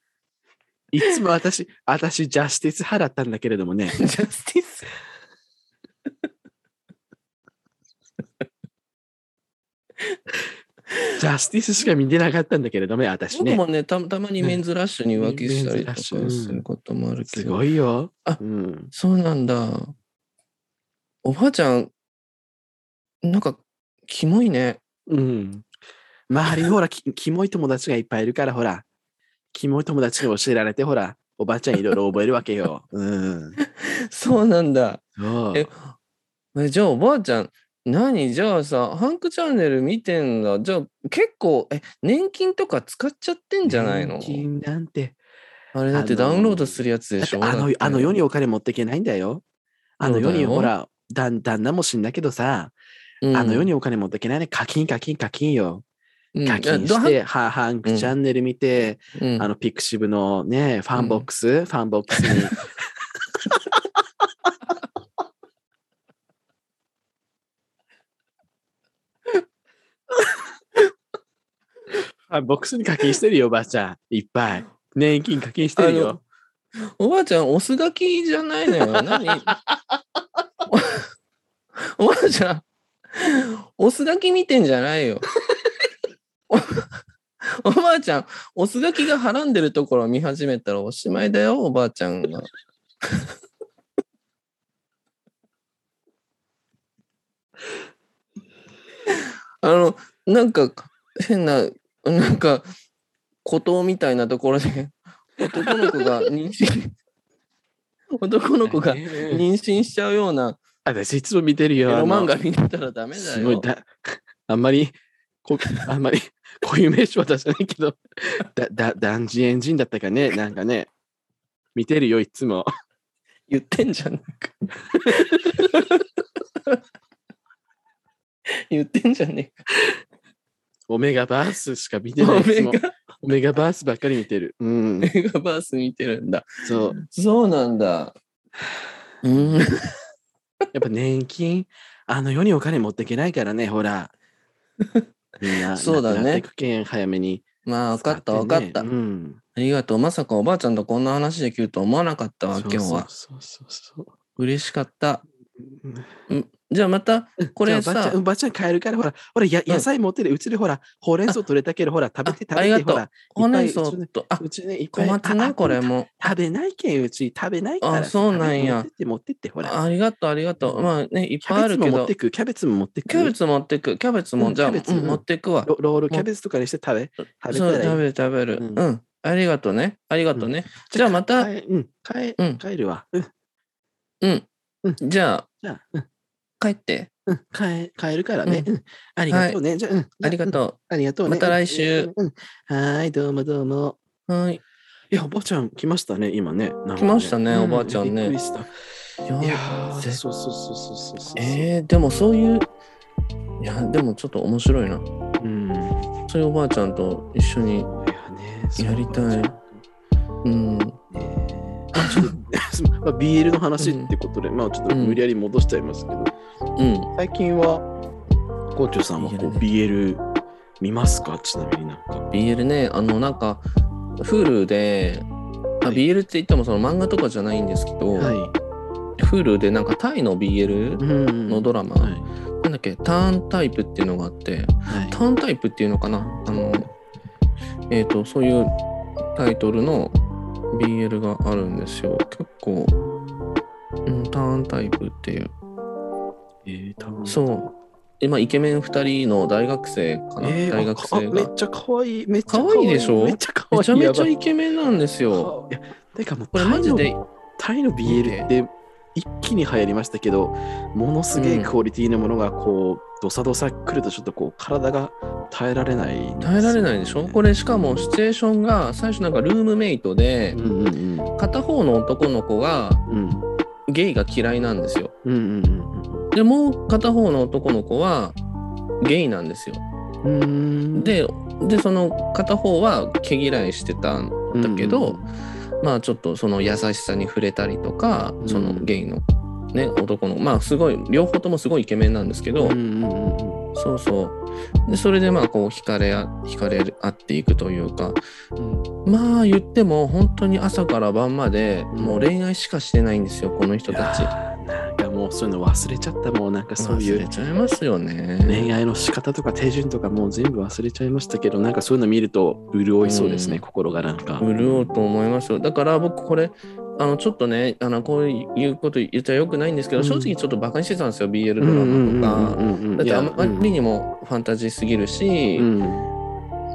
S1: いつも 私、私、ジャスティス派だったんだけれどもね、
S2: ジャスティス。
S1: ジャスティスしか見てなかったんだけれどもね、私
S2: 僕
S1: ね。
S2: もねた、たまにメンズラッシュに浮気したりとかすることもあるけ
S1: す
S2: ど。
S1: ごいよ。
S2: あ
S1: うん、
S2: そうなんだ。おばあちゃん、なんか、キモいね。
S1: うん。周りにほら、きキモい友達がいっぱいいるから、ほら、キモい友達に教えられて、ほら、おばあちゃんいろいろ覚えるわけよ。うん。
S2: そうなんだ。
S1: そう
S2: ええじゃあおばあちゃん、何じゃあさ、ハンクチャンネル見てんだ。じゃあ結構、え、年金とか使っちゃってんじゃないの
S1: 年金なんて。
S2: あれだって
S1: あの
S2: ダウンロードするやつ
S1: だ
S2: で
S1: っ
S2: してょ
S1: あ
S2: だっ
S1: の
S2: て
S1: あの世にお金持っていけないんだよ。あの世に
S2: そうだよ
S1: ほら、だん旦那も死んだけどさ、
S2: うん
S1: あの世にお金持っていけないね。課金、課金、課金よ。
S2: うん
S1: 課金
S2: あ
S1: し
S2: ハン
S1: て、はハンクチャンネル見て、
S2: うん
S1: あの、ピクシブのね、ファンボックス、ファンボックスに。あボックスに課金してるよ、おばあちゃん。いっぱい。年金課金してるよ。
S2: おばあちゃん、お酢書きじゃないのよ。何おばあちゃん、お酢書き見てんじゃないよ。 おおばあちゃん、お酢書きがはらんでるところを見始めたらおしまいだよ、おばあちゃんが。 あの、なんか変な、なんか孤島みたいなところで男の子が妊娠男 の子が
S1: ね
S2: 妊娠しちゃうような
S1: あ、私いつも見てる
S2: エ
S1: よ。
S2: ロ
S1: あの
S2: 漫画見てたらダメだよ。
S1: すごいだ、あんまり、こあんまり、こういう名称は出さないけど、だ、だ、断じエンジンだったかね、なんかね、見てるよ、いつも。
S2: 言ってんじゃんなんか 言ってんじゃね
S1: オメガバースしか見
S2: え
S1: て
S2: か。
S1: ない。
S2: オ
S1: いつ
S2: メ
S1: も
S2: ガ
S1: オメガバースばっかり見てる。うん。
S2: メガバース見てるんだ。
S1: そう。
S2: そうなん だ。うん。
S1: やっぱ年金、あの世にお金持っていけないからね、ほ ら。みんな、
S2: そうだね
S1: なくなってくけん、早めに、
S2: まあ分かった分
S1: 使
S2: か
S1: て
S2: っ
S1: ね
S2: た。
S1: うん。
S2: ありがとう。まさかおばあちゃんとこんな話できると思わなかったわ、今日は。
S1: そうそうそうそ
S2: 嬉しかった。
S1: ううん。
S2: じゃあまたこれ
S1: じゃあおばあちゃん、
S2: さ
S1: お、ばあちゃん買えるから、ほら、ほら、や
S2: うん
S1: 野菜持ってる、うちでほら、ほうれん草取れたけど、ほら、食べて
S2: あ
S1: 食べ
S2: あ
S1: て、
S2: りがと
S1: ほら、
S2: ほうれん
S1: いっぱいう
S2: 草
S1: ちの
S2: と、あ、
S1: うちね、いっぱ
S2: 小
S1: い
S2: 松
S1: あ
S2: ね、
S1: あ
S2: これ
S1: 食
S2: も。
S1: べないけん、うち、食べないから。
S2: あそうなんや
S1: 食べ持ってって、持ってって、ほら。
S2: ありがとう、ありがとう。まあね、いっ
S1: キ
S2: ぱいあ
S1: ャベ
S2: る
S1: ツも
S2: け
S1: 持っ
S2: ど
S1: て、く、キャベツも持ってく。
S2: キャベツ持ってく。キャベツ
S1: う
S2: も、
S1: ん
S2: じゃあ、
S1: キャベツ
S2: うん
S1: うん
S2: 持ってくわ。
S1: ロロール
S2: も
S1: キャベツとかにして食べ、食べ
S2: そう
S1: たらいい
S2: 食べる食べる、う
S1: うんん。
S2: ありがとうね。ありがとうね。じゃあまた、
S1: 帰うん、帰
S2: うん
S1: 帰るわ。うん、
S2: うん。
S1: うん
S2: じゃあ、
S1: じゃあ、うん
S2: 帰って。
S1: うん、帰帰るからね、うん。ありがとうね。じゃあ、うん、
S2: ありが
S1: う
S2: と
S1: ん。ありがとうね。
S2: また来週
S1: うん。うんはーい、どうもどうも。
S2: う。はい。
S1: いや、おばあちゃん来ましたね、今ね。なんか
S2: 来ましたねおばあちゃんね
S1: びっくりした。いやー
S2: ぜ
S1: そうそうそうそうそうそう。
S2: えー、でもそういう、いや、でもちょっと面白いな。
S1: うん。い
S2: そういうおばあちゃんと一緒に、
S1: やね、そう
S2: やりたい
S1: ね
S2: うん。
S1: えまあちょっと すまあ、BL の話ってことで、まあちょっと無理やり戻しちゃいますけど、
S2: うん。
S1: 最近は、コーチュさんはこう BL 見ますかちなみになんか。
S2: BL ね、あの、なんか、Hulu で、あ
S1: はい
S2: BL って言ってもその漫画とかじゃないんですけど、
S1: はい。
S2: Hulu でなんかタイの BL
S1: うん
S2: のドラマ、
S1: はい。
S2: なんだっけ、ターンタイプっていうのがあって、
S1: はい
S2: ターンタイプっていうのかなあの、えっ、と、そういうタイトルの BL があるんですよ。結構、うん、ターンタイプっていう。
S1: えー多分
S2: そう。今、イケメン2人の大学生かな、
S1: えー
S2: 大学
S1: あ
S2: 生
S1: め
S2: が
S1: っ。ちゃ可愛い。めっちゃ
S2: 可愛いでしょ
S1: めっちゃ可愛い。
S2: めちゃめちゃイ
S1: い
S2: ケメンなんですよ。
S1: よ。いや、てかもう、
S2: これマジで、
S1: タイの BL って一気に流行りましたけど、ものすげえクオリティのものがこう、どさどさ来るとちょっとこう体が耐えられない、
S2: 耐えられないでしょこれしかもシチュエーションが最初なんかルームメイトで
S1: うんうんうん
S2: 片方の男の子が
S1: うん
S2: ゲイが嫌いなんですよ。
S1: うんうんうん
S2: でもう片方の男の子はゲイなんですよ。
S1: うんうん
S2: ででその片方は毛嫌いしてたんだけど、まあちょっとその優しさに触れたりとか、
S1: うん
S2: そのゲイの、ね、男のまあすごい両方ともすごいイケメンなんですけど、
S1: うんうんうんうん
S2: そうそうでそれでまあこう惹かれあ惹かれ合っていくというかまあ言っても本当に朝から晩まで
S1: うん
S2: もう恋愛しかしてないんですよこの人
S1: い
S2: たち。
S1: やーなんかもうそういうの忘れちゃったもうなんかそうい
S2: 忘れ
S1: う
S2: ちゃいますよね。
S1: 恋愛の仕方とか手順とかもう全部忘れちゃいましたけどなんかそういうの見ると潤いそうですね、
S2: うん
S1: 心がなんか
S2: 潤うと思いますよだから僕これあのちょっとねあのこういうこと言っちゃよくないんですけど、
S1: うん
S2: 正直ちょっとバカにしてたんですよ BL
S1: うんうん
S2: ドラマとか。
S1: うんうんうん
S2: だってあ
S1: い
S2: ま
S1: や
S2: りにもファンタジーすぎるし、
S1: うん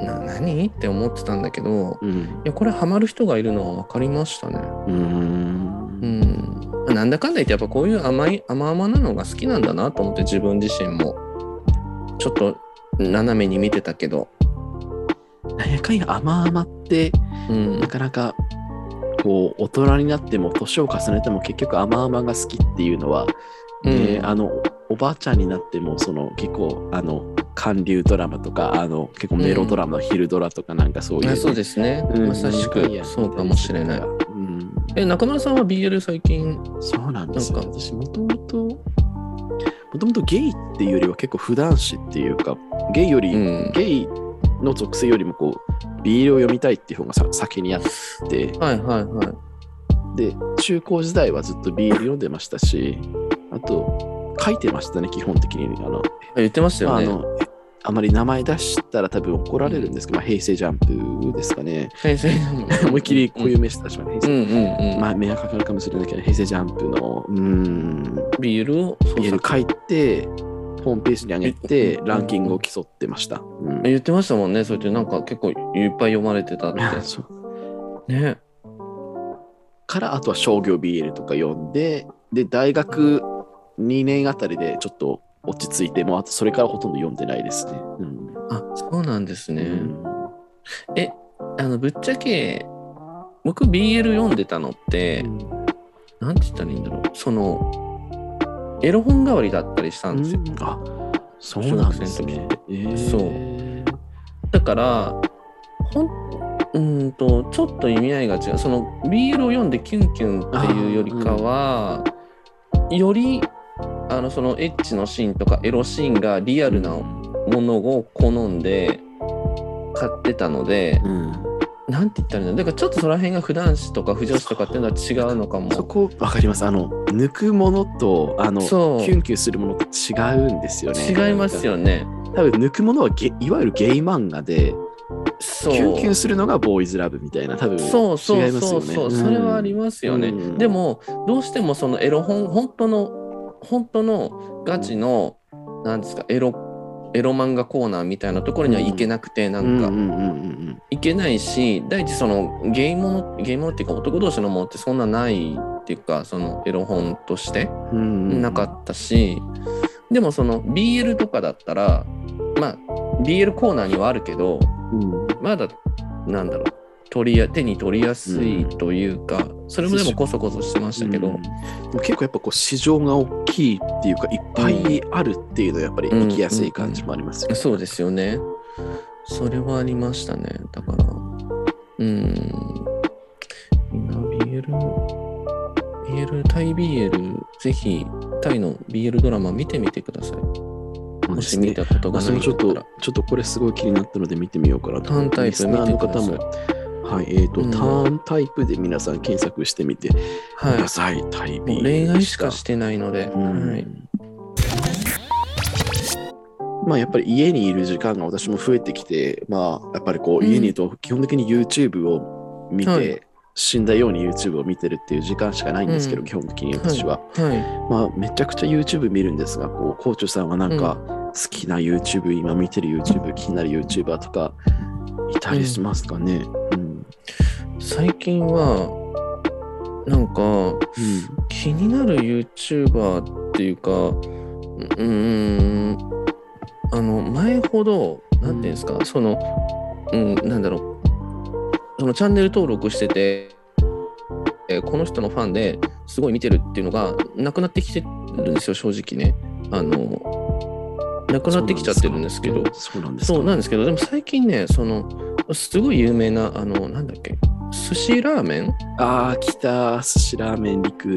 S2: な何って思ってたんだけど
S1: うん
S2: いやこれハマる人がいるのは分かりましたね。
S1: うん
S2: うん、なんだかんだ言ってやっぱこういう甘い甘々なのが好きなんだなと思って自分自身もちょっと斜めに見てたけど、
S1: なんやかんや甘々って
S2: うん
S1: な、かなかこう大人になっても年を重ねても結局甘々が好きっていうのは、ね
S2: うん
S1: あのおばあちゃんになってもその結構あの韓流ドラマとかあの結構メロドラマ、昼ドラとかなんかそういう、
S2: あそうですね、
S1: うん
S2: まさし
S1: なんや
S2: くそうかもしれない
S1: うん、
S2: え中村さんは BL 最近
S1: そうなんですよ
S2: なん
S1: 私もともともともとゲイっていうよりは結構不男子っていうかゲイより、
S2: うん
S1: ゲイの属性よりもこうビールを読みたいっていう方がさ先にあって
S2: はいはいはい。
S1: で中高時代はずっとビール読んでましたしあと書いてましたね基本的にあの
S2: 言ってましたよ
S1: あ
S2: ね。
S1: のあまり名前出したら多分怒られるんですけど、まあ、平成ジャンプですかね
S2: 先生
S1: 思いっきりこういう名詞出しましたね、
S2: うん
S1: 平
S2: うんうん。
S1: 成まあ迷惑かかるかもしれないけど平成ジャンプのうーん
S2: ビールをそう
S1: メール書いて、ホームページに上げて
S2: う、ん
S1: ランキングを競ってました。うん
S2: 言ってましたもんね。そうやってなんか結構いっぱい読まれてたって。
S1: そう
S2: ね。
S1: から、あとは商業 BL とか読んで、で、大学2年あたりでちょっと落ち着いて、もうあとそれからほとんど読んでないですね。うん
S2: あそうなんですね。
S1: うん
S2: あのぶっちゃけ僕 BL 読んでたのって、なんて言ったらいいんだろう。そのエロ本代わりだったりしたんですよ。
S1: うんあそうなんですね。
S2: 小学だからほんうーんとちょっと意味合いが違うその BL を読んでキュンキュンっていうよりかは、よりあのそのエッチのシーンとかエロシーンがリアルなものを好んで買ってたので、
S1: うん
S2: なんて言ったらいいんだろうだからちょっとその辺が普段子とか不条子とかっていうのは違うのかも
S1: そこわかります。あの、抜くものと、あの、キ
S2: そう
S1: ュンキュンするものと違うんですよね。
S2: 違いますよね
S1: 多分抜くものはゲいわゆるゲイ漫画で
S2: そ
S1: キ
S2: う
S1: ュンキュンするのがボーイズラブみたいな多分
S2: そうそ
S1: 違
S2: う
S1: います
S2: そ
S1: よ
S2: う
S1: ね
S2: そう、それはありますよね、
S1: うん
S2: でもどうしてもそのエロ本本当の本当のガチのなんですかエロエロ漫画コーナーみたいなところには行けなくて、な
S1: うんんう
S2: か、
S1: んうんうん
S2: 行けないし第一そのゲイモノゲイモノっていうか男同士のものってそんなないっていうかそのエロ本として
S1: うんうんうん
S2: なかったし、でもその BL とかだったらまあ BL コーナーにはあるけど
S1: うん
S2: まだなんだろう取りや手に取りやすいというか、それもでもこそこそしてましたけど、
S1: うんでも結構やっぱこう市場が大きいっていうかいっぱいあるっていうのはやっぱり行きやすい感じもありますよね
S2: そうですよねそれはありましたねだからうんみんな BL BL タイ BL ぜひタイの BL ドラマ見てみてくださいもし見たことが
S1: そ
S2: な
S1: の
S2: い
S1: ちょ
S2: だ
S1: っ
S2: った
S1: と
S2: ら
S1: ちょっとこれすごい気になったので見てみようかなと
S2: ターンタイ
S1: リス
S2: プ見
S1: ナー
S2: て
S1: の
S2: くだ
S1: 方
S2: さい
S1: もはいえーと
S2: うん
S1: ターンタイプで皆さん検索してみてく
S2: はい
S1: ださいタイ
S2: も
S1: ピ
S2: う恋愛しかしてないので、
S1: うん
S2: はい、
S1: まあやっぱり家にいる時間が私も増えてきて、まあやっぱりこう
S2: うん
S1: 家にいると基本的に YouTube を見て、
S2: はい
S1: 死んだように YouTube を見てるっていう時間しかないんですけど、
S2: うん
S1: 基本的に私は、
S2: はい、
S1: まあめちゃくちゃ YouTube 見るんですが、こう、コーチュさんはなんか好きな YouTube、今見てる YouTube、気になる YouTuber とかいたりしますかね。うん。
S2: 最近はなんか気になる YouTuber っていうかううーんあの前ほど何ていうんですか、そのうんなんだろうそのチャンネル登録してて、えーこの人のファンですごい見てるっていうのがなくなってきてるんですよ正直ねあのなくなってきちゃってるんですけど
S1: そうなんですか。
S2: そう
S1: う
S2: な
S1: んで
S2: んですけどでも最近ねそのすごい有名なあのなんだっけ寿司ラーメン
S1: すかああ、来た、寿司ラーメン陸、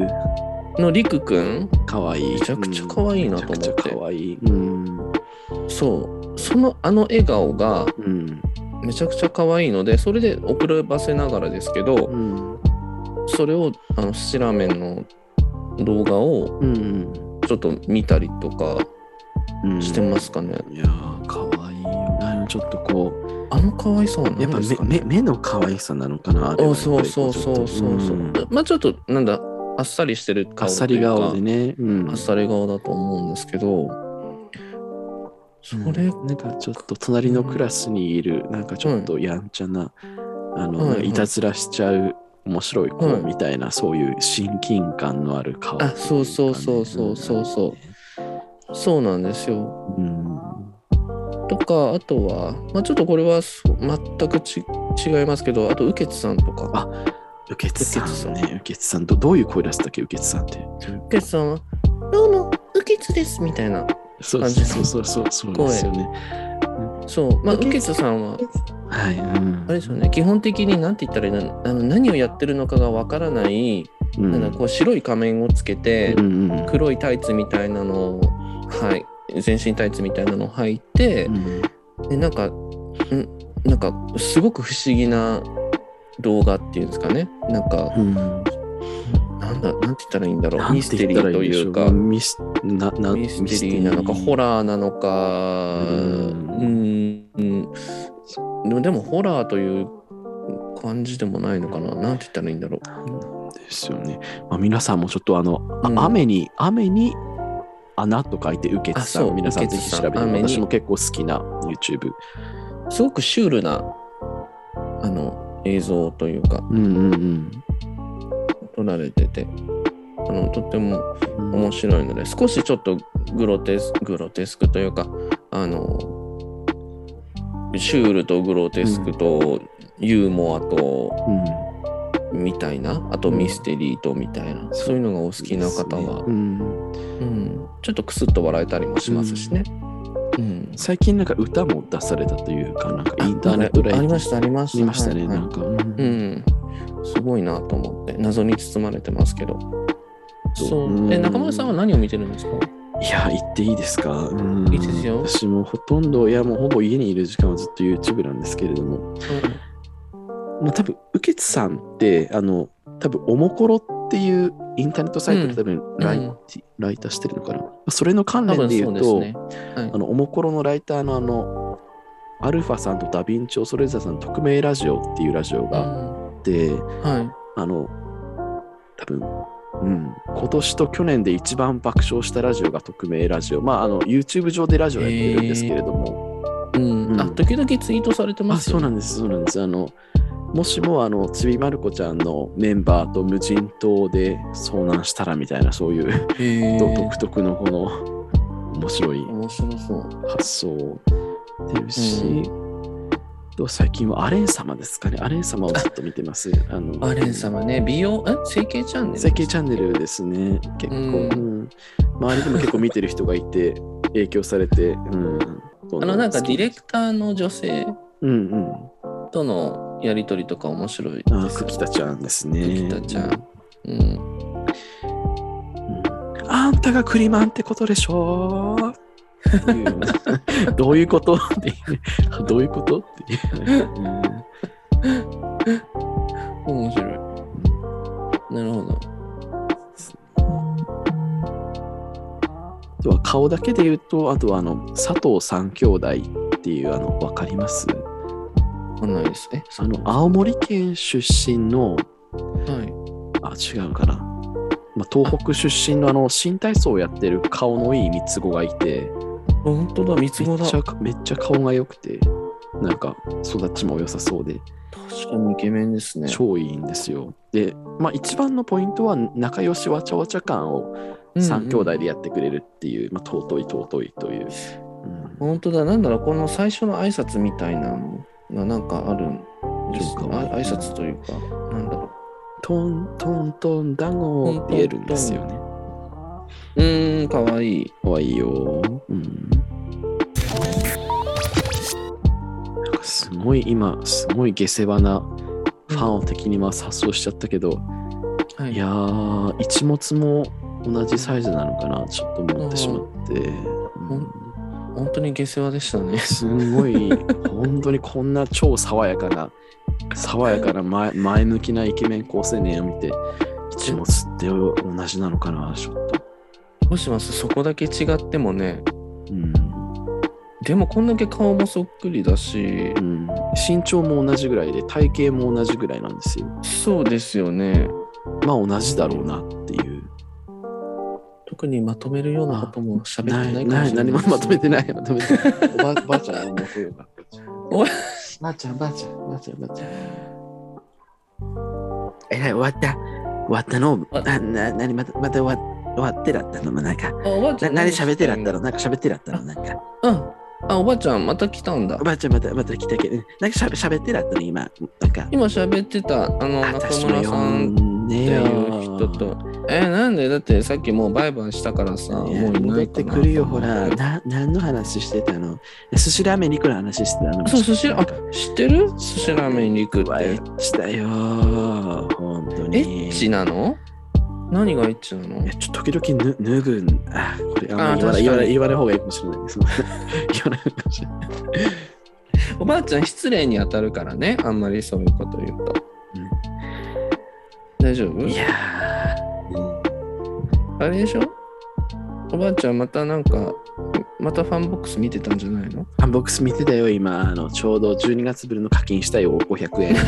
S2: のりくくん
S1: かわいい。
S2: めちゃくちゃ可愛いなと思って
S1: めちゃくちゃ可愛い。うん。
S2: そうそのあの笑顔が
S1: うん。
S2: めちゃくちゃ可愛いのでそれで遅ればせながらですけど
S1: うん。
S2: それをあの寿司ラーメンの動画を
S1: うん
S2: ちょっと見たりとか
S1: うん、
S2: してますかね、
S1: いやーかわいいよなちょっとこ
S2: あの可愛さは
S1: うや
S2: 何
S1: っぱ
S2: です
S1: 目
S2: か
S1: 目
S2: ね
S1: 目の可愛さなのかなあれは
S2: あそうそうそうそうそうそう、
S1: ん
S2: まあちょっとなんだあっさりしてる
S1: あ
S2: 顔
S1: っ
S2: と
S1: さ
S2: い
S1: り
S2: うか
S1: 顔でね、うん
S2: あっさり顔だと思うんですけどそれ、
S1: うんなんかちょっと隣のクラスにいるなんかちょっとやんちゃな、あの、
S2: はい
S1: なんかいたずらしちゃう面白い子
S2: はい
S1: みたいな、そういう親近感のある顔
S2: あそうそうそうそうそうそうそうなんですよ
S1: うん、
S2: とかあとは、まあ、ちょっとこれはそう全くち違いますけどあと右傑さんとか
S1: あうけつさ
S2: 雨穴さ
S1: ん
S2: ん
S1: ねうけつさんどどういう声出したっけうけつさんって
S2: 右傑さんは「どうも右傑です」みたいな
S1: そう
S2: 感じ
S1: そうそうそうそうですよね
S2: そうまあ
S1: 右
S2: 右
S1: 傑
S2: 傑さんは
S1: はい、うん、
S2: あれですよね基本的に何て言ったらいいのあの何をやってるのかがわからない、
S1: うん
S2: なんだこう白い仮面をつけて、
S1: うんうん
S2: 黒いタイツみたいなのをはい全身タイツみたいなのを履いて、
S1: うん
S2: でなんかなんかすごく不思議な動画っていうんですかねなんか
S1: うん、なん
S2: なんだなんて言ったらいいんだろう
S1: て
S2: ミステリ
S1: 言った
S2: ー
S1: ら
S2: と
S1: んで
S2: い
S1: しょ
S2: うか
S1: ミスなな
S2: ミステリーなのかホ
S1: ラ
S2: ラーなのか
S1: う
S2: うんうんでもでもホラーという感じでもないのかななんて言ったらいいんだろ
S1: ーですよね、まあ、皆さんもちょっとあの、あ
S2: うん
S1: 雨に雨に穴と書いて受けて
S2: あ
S1: さ
S2: そ
S1: ん
S2: う
S1: 皆さん
S2: 雨
S1: ぜ
S2: 穴
S1: ひ
S2: さん
S1: 調べて
S2: 雨に
S1: 私も結構好きな YouTube
S2: うすごくシュールなあの映像というか
S1: うんうん
S2: 撮られててあのとっても
S1: うん
S2: 面白いので少しちょっとグロテスグロテスクというかあのシュールとグロテスクとユーモアと
S1: うん
S2: みたいなあとミステリーとみたいな、そういうのがお好きな方は、
S1: うん、
S2: うん、ちょっとクスッと笑えたりもしますしね。うん
S1: 最近なんか歌も出されたというかなんかインターネットライ
S2: あ
S1: ブ
S2: り
S1: あ
S2: ましたありました。
S1: りましたね、
S2: はいはい
S1: なんか、うん
S2: うん、すごいなと思って謎に包まれてますけど。そうえ
S1: うん
S2: 中村さんは何を見てるんですか
S1: いや、言っていいですか。うん
S2: いいですよ
S1: 私もほとんど、いや、もうほぼ家にいる時間はずっと YouTube なんですけれども、まあ、多分、ウケツさんって、あの、多分、おもころっていうインターネットサイトで多分ライ、
S2: うん
S1: ライターしてるのかな。まあそれの関
S2: 多
S1: 連で
S2: 分
S1: 言
S2: そうう
S1: と、
S2: ですね。
S1: あの、おもころのライターのあの、アルファさんとダヴィンチョ・ソレザさんの匿名ラジオっていうラジオがあ
S2: は
S1: って、
S2: いはい。
S1: あの、多分、うん、今年と去年で一番爆笑したラジオが匿名ラジオ。まあ、あの、YouTube 上でラジオやってるんですけれども。
S2: うん
S1: うん
S2: あ時々ツイートされて
S1: あ、
S2: ます
S1: そう
S2: よ、
S1: な
S2: ね。
S1: んです、そうなんです。あの、もしも、あの、ちびまる子ちゃんのメンバーと無人島で遭難したらみたいな、そういう、
S2: へー
S1: 独特のこの、面白い
S2: 面白そう。
S1: 発想を出るし、と最近はアレン様ですかね。アレン様をずっと見てます。あの
S2: アレン様ね、美容、え整形チャンネル
S1: 整形チャンネルですね結構、
S2: うん
S1: うん周りでも結構見てる人がい て影響されて、うん、
S2: あの、なんか
S1: 好
S2: デ
S1: き
S2: ィレクターの女性
S1: うんうん
S2: とのやりとりとか面白いで
S1: あー
S2: す
S1: ク
S2: よね。
S1: キタちゃんですね
S2: クキタちゃん、うん。
S1: うんあんたがクリマンってことでしょっていうよう などういうことっていうどういうことっていう、うん
S2: 面白い。なるほど。
S1: あとは顔だけで言うとあとはあの佐藤三兄弟っていうあの分かります
S2: わかんないですね。
S1: あの青森県出身の
S2: は
S1: あ、違うかな。まあ、東北出身のあの新体操をやってる顔のいい三つ子がいて、
S2: い。本当だ、三つ
S1: め
S2: 子
S1: っ
S2: だ。
S1: ち
S2: 確
S1: ゃめっちゃ顔が良くて、なんか育ちも良さそうで、
S2: かにイケメンですね。
S1: 超いいんですよ。で、まあ、一番のポイントは仲良しわちゃわちゃ感を3兄弟でやってくれるっていう、まあ、尊い尊いという。うん
S2: 本当だ、なんだろう、この最初の挨拶みたいなのがなんかあるんですか、
S1: そう
S2: ね、
S1: か
S2: あ挨拶というか、なんだろ
S1: トントントンだごーって言えるんですよね。
S2: う。うーん、かわいい。
S1: かわいいよ。うん。なんかすごい今、すごい下世話なファンを敵に回す発想しちゃったけど、
S2: はい
S1: やー、一物も同じサイズなのかな、ちょっと思ってしまって。うん
S2: 本当に下世話でしたね。
S1: すごい、本当にこんな超爽やかな、爽やかな前前向きなイケメン高青年を見て、一物って同じなのかな、ちょっと。
S2: どうしますそこだけ違ってもね。
S1: うん
S2: でもこんだけ顔もそっくりだし
S1: う、ん、身長も同じぐらいで体型も同じぐらいなんですよ。
S2: そうですよね。
S1: まあ同じだろうなっていう。
S2: 特にまとめるようなことも喋ってないかもしれない
S1: ない、何もまとめてない、まとめてない。
S2: おばばあちゃんの声が。おばあちゃん、ばあちゃん、ばあちゃん、ばあちゃん。
S1: えらい、終わった。終わったの。
S2: あ
S1: な、な、なに、また、また終わ終わってだったのもなんか、
S2: あおばあち
S1: な、
S2: ゃん
S1: 何喋ってだった
S2: ら
S1: のなんか喋ってだったのなんか。
S2: うん。あ、おばあちゃん、また来たんだ
S1: お。ばあちゃんまた、また来たけど、うんなんか喋喋ってだったの今。なんか、
S2: 今喋ってた、あの、中村さんっ
S1: んね
S2: て
S1: え
S2: い
S1: よ
S2: う人と。えなんでだってさっきもうバイバイしたからさ、もう
S1: い
S2: い
S1: や
S2: ないかな
S1: 戻ってくるよ、ほら。な、何の話してたの寿司ラーメンリクの話してたの
S2: そう、寿司ラ、あ、知ってる寿司ラーメンに行くっ
S1: はエ
S2: て。
S1: ッチだよー、本当に。
S2: エッチなの何がエッチなの
S1: いやちょっと時々ぬ脱ぐんあこれあんま言わ
S2: あ確か
S1: ない
S2: に
S1: 言わない言わない方がいいかもしれないです言わない方がいいかもしれない
S2: おばあちゃん失礼に当たるからねあんまりそういうこと言うと、
S1: うん
S2: 大丈夫
S1: いやー、
S2: あれでしょおばあちゃんまたなんかまたファンボックス見てたんじゃないの
S1: ハンボックス見てたよ、今。あのちょうど12月分の課金したよ、500円で。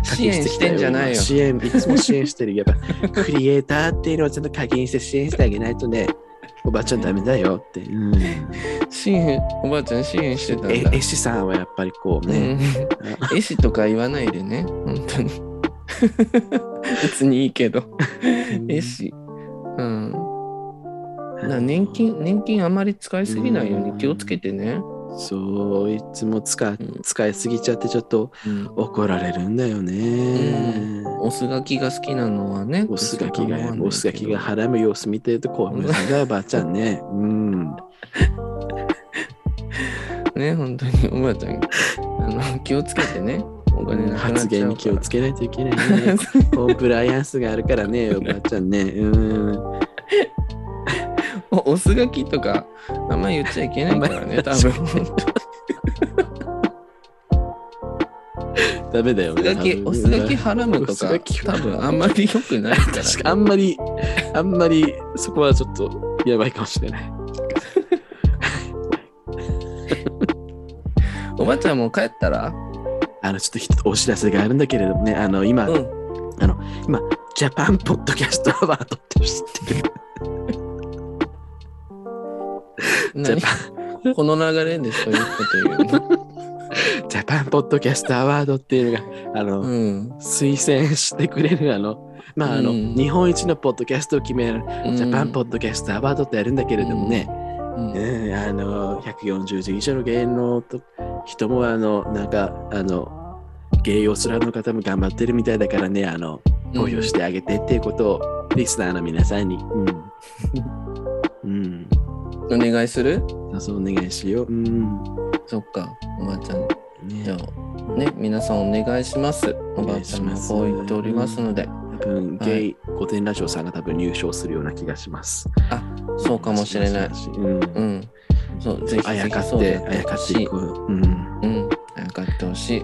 S1: 課
S2: 支
S1: 金
S2: 援
S1: て
S2: し
S1: きた
S2: てんじゃないよ
S1: 支援、いつも支援してる。やっ ぱ、クリエイターっていうのをちゃんと課金して支援してあげないとね、おばあちゃんダメだよって。うん、
S2: 支援おばあちゃん支援してた
S1: え
S2: んだ
S1: 絵師さんはやっぱりこう
S2: う
S1: ね、
S2: ん絵師とか言わないでね本当に 別にいいけど
S1: うん
S2: 絵師うんな年金年金あまり使いすぎないように気をつけてね、
S1: そう、いつも使,、
S2: ん
S1: 使いすぎちゃってちょっと
S2: うん
S1: 怒られるんだよね。
S2: お酢がきが好きなのはね
S1: おすがきが
S2: 構わないけ、ど
S1: おすがきがはらむ様子見てるとこう、だよ、ばあちゃんね。うん。
S2: ね本当におばあちゃんあの気をつけてねお金なくなっちゃうから
S1: 発言に気をつけないといけない ね。コンプライアンスがあるからね、おばあちゃんね。うん。
S2: おお酢がきとかあんまり言っちゃいけないから ね多分
S1: ダメだよ
S2: お酢
S1: ね。
S2: がきお酢がきはらむと
S1: お酢
S2: か
S1: がき
S2: 多分あんまり良くないから、
S1: 確かあんまり、あんまりそこはちょっとやばいかもしれない。
S2: おばあちゃんも帰ったら
S1: あの、ちょっと一つお知らせがあるんだけれどもね、あの、今、
S2: うん
S1: ジャパンポッドキャストアワードって知ってる。
S2: 何
S1: ジャ
S2: この流れでそういうこと言うの
S1: ジャパンポッドキャストアワードって いうのが、あの、
S2: うん
S1: 推薦してくれるあの、まああの、
S2: うん
S1: 日本一のポッドキャストを決める、
S2: うん
S1: ジャパンポッドキャストアワードってやるんだけれどもね、
S2: うん
S1: うん、あの140字以上の芸能と人もあのなんかあの芸用スラの方も頑張ってるみたいだからねあの投票してあげてっていうことをリスナーの皆さんに、 うん、うん、
S2: お願いする
S1: そうお願いしよう、うん
S2: そっかおばあちゃん
S1: ね
S2: じゃあね皆さんお願いしますおばあちゃんもこう言っておりますので
S1: 多分ゲイ御殿ラジオさんが多分入賞するような気がします。
S2: そうかもしれない
S1: うん
S2: うんそうぜひ
S1: あ
S2: ぜ
S1: や
S2: ひ
S1: かっ
S2: そう
S1: て、
S2: だ
S1: あやか
S2: ほ
S1: っ
S2: してい
S1: いこう。うん。
S2: うんあやかってほしい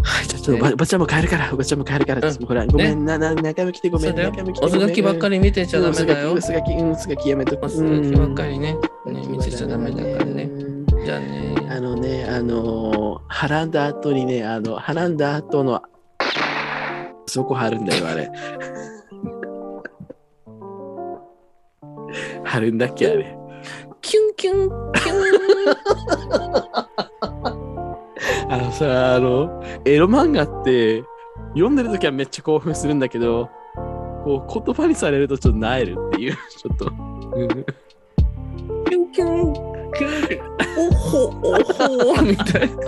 S1: はい、じゃあちょっとばばちゃんも帰るから、ばちゃんも帰るから、
S2: うん
S1: ほら、ごめんな、な、中身来てごめ、
S2: そうんだよ
S1: 中身来てごめん。
S2: おすがきばっかり見てちゃダメだよ
S1: おすがき、うんおすがきやめとく
S2: おすがきばっかりね
S1: うん
S2: ね見てちゃダメだからね
S1: うん
S2: じゃあね
S1: あのね、あのー、はらんだ後にね、あの、はらんだ後の、そこ貼るんだよ、あ れ。貼るんだっけ、あれ。
S2: キュンキュンキュン
S1: あのさ、あの、エロ漫画って、読んでるときはめっちゃ興奮するんだけど、こう、言葉にされるとちょっとなえるっていう、 ちょっと。うん
S2: キュンキュンキュンキュンおほおほみたいな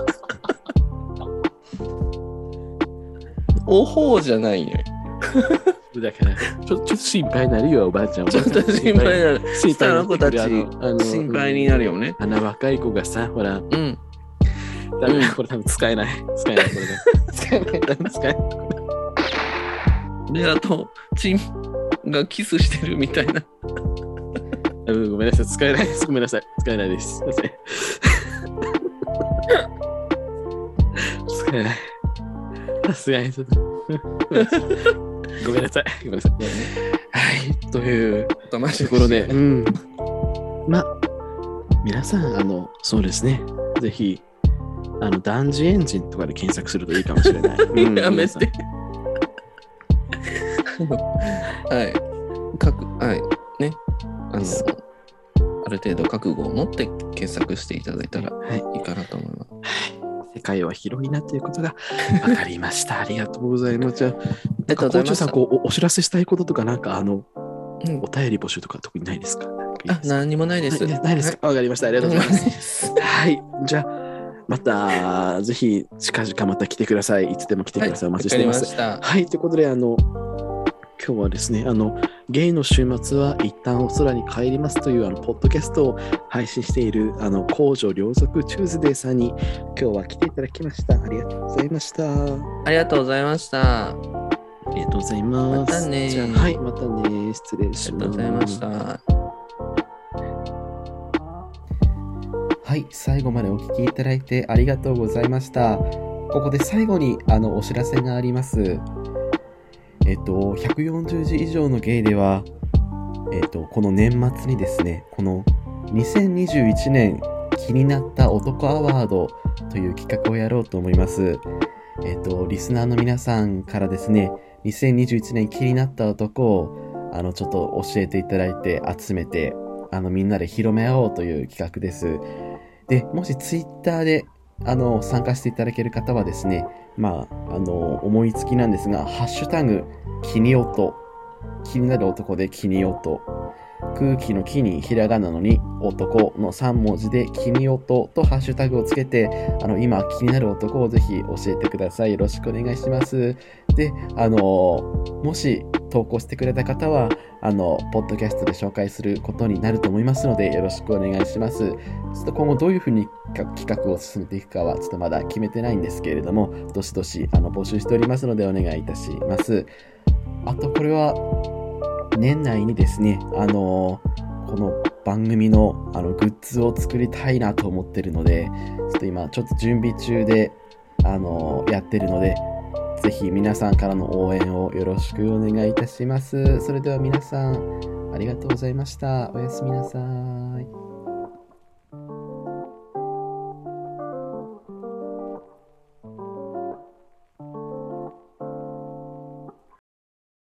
S2: おほうじゃないよ
S1: だから、ちょちょっと心配になるよ、おばあちゃん。
S2: ちょっと心配にな
S1: 心
S2: る
S1: 配になってくる
S2: 下の子
S1: あのあの
S2: 心配になるよね
S1: あの若い子がさ、ほら、
S2: うん
S1: ダメだこれ多分使えない。使えない、こ れね。使えない、多分使えない。
S2: で あとチンがキスしてるみたいな
S1: 多分ごめんなさい、使えない です。ごめんなさい、使えないです。すいません使えない。さすがにちょっと。ごめんなさい、ごめんなさい。はい、というところで、うん。ま、皆さん、あの、そうですね、ぜひ、あの、ダンジエンジンとかで検索するといいかもしれ ない。うん
S2: やめ
S1: 皆さん
S2: て。はい。覚はい。ね。あの、
S1: そ
S2: ある程度覚悟を持って検索していただいたら
S1: はい。
S2: いいかなと思います。
S1: 世界は広いなということ が分かりました。ありがとうございます。じゃあ、
S2: りがとうございました
S1: なんか校長さんこうお、お知らせしたいこととか、なんか、あの、
S2: うん
S1: お便り募集とか特にないですかなんかいい
S2: あ
S1: で、すか
S2: 何にもないです。
S1: ないないですかわかりました。あり
S2: は
S1: が
S2: い。
S1: とうございま
S2: 何
S1: す
S2: も。ないです。
S1: はい。じゃあ、また、ぜひ、近々また来てください。いつでも来てください。お待ちしています。
S2: わかりまし
S1: はい、ということで、あの、今日はですね、あの、ゲイの週末は一旦お空に帰りますという、あの、ポッドキャストを配信している、あの、公女両族チューズデーさんに、今日は来ていただきました。ありがとうございました。あ
S2: た。ありがとうございました。あ
S1: りがとうございます。
S2: またね
S1: じゃあはい、またね。失礼
S2: り
S1: し
S2: が
S1: ます。
S2: とうございました。
S1: はい、最後までお聞きいただいてありがとうございました。ここで最後にあのお知らせがあります。えっと、140字以上のゲイでは、えっと、この年末にですね、この2021年気になった男アワードという企画をやろうと思います。えっと、リスナーの皆さんからですね、2021年気になった男を、あの、ちょっと教えていただいて集めて、あの、みんなで広め合おうという企画です。で、もしツイッターで、あの、参加していただける方はですね、まあ、あの、思いつきなんですが、ハッシュタグ、気に音。気になる男で気に音。空気の気にひらがなのに男の3文字で気に音とハッシュタグをつけて、あの、今気になる男をぜひ教えてください。よろしくお願いします。で、あの、もし投稿してくれた方は、あの、ポッドキャストで紹介することになると思いますので、よろしくお願いします。ちょっと今後どういうふうにか企画を進めていくかは、ちょっとまだ決めてないんですけれども、どしどしあの募集しておりますので、お願いいたします。あと、これは、年内にですね、あのこの番組のあのグッズを作りたいなと思ってるので、ちょっと今、ちょっと準備中で、あのやってるので、ぜひ皆さんからの応援をよろしくお願いいたします。それでは皆さん、ありがとうございました。おやすみなさい。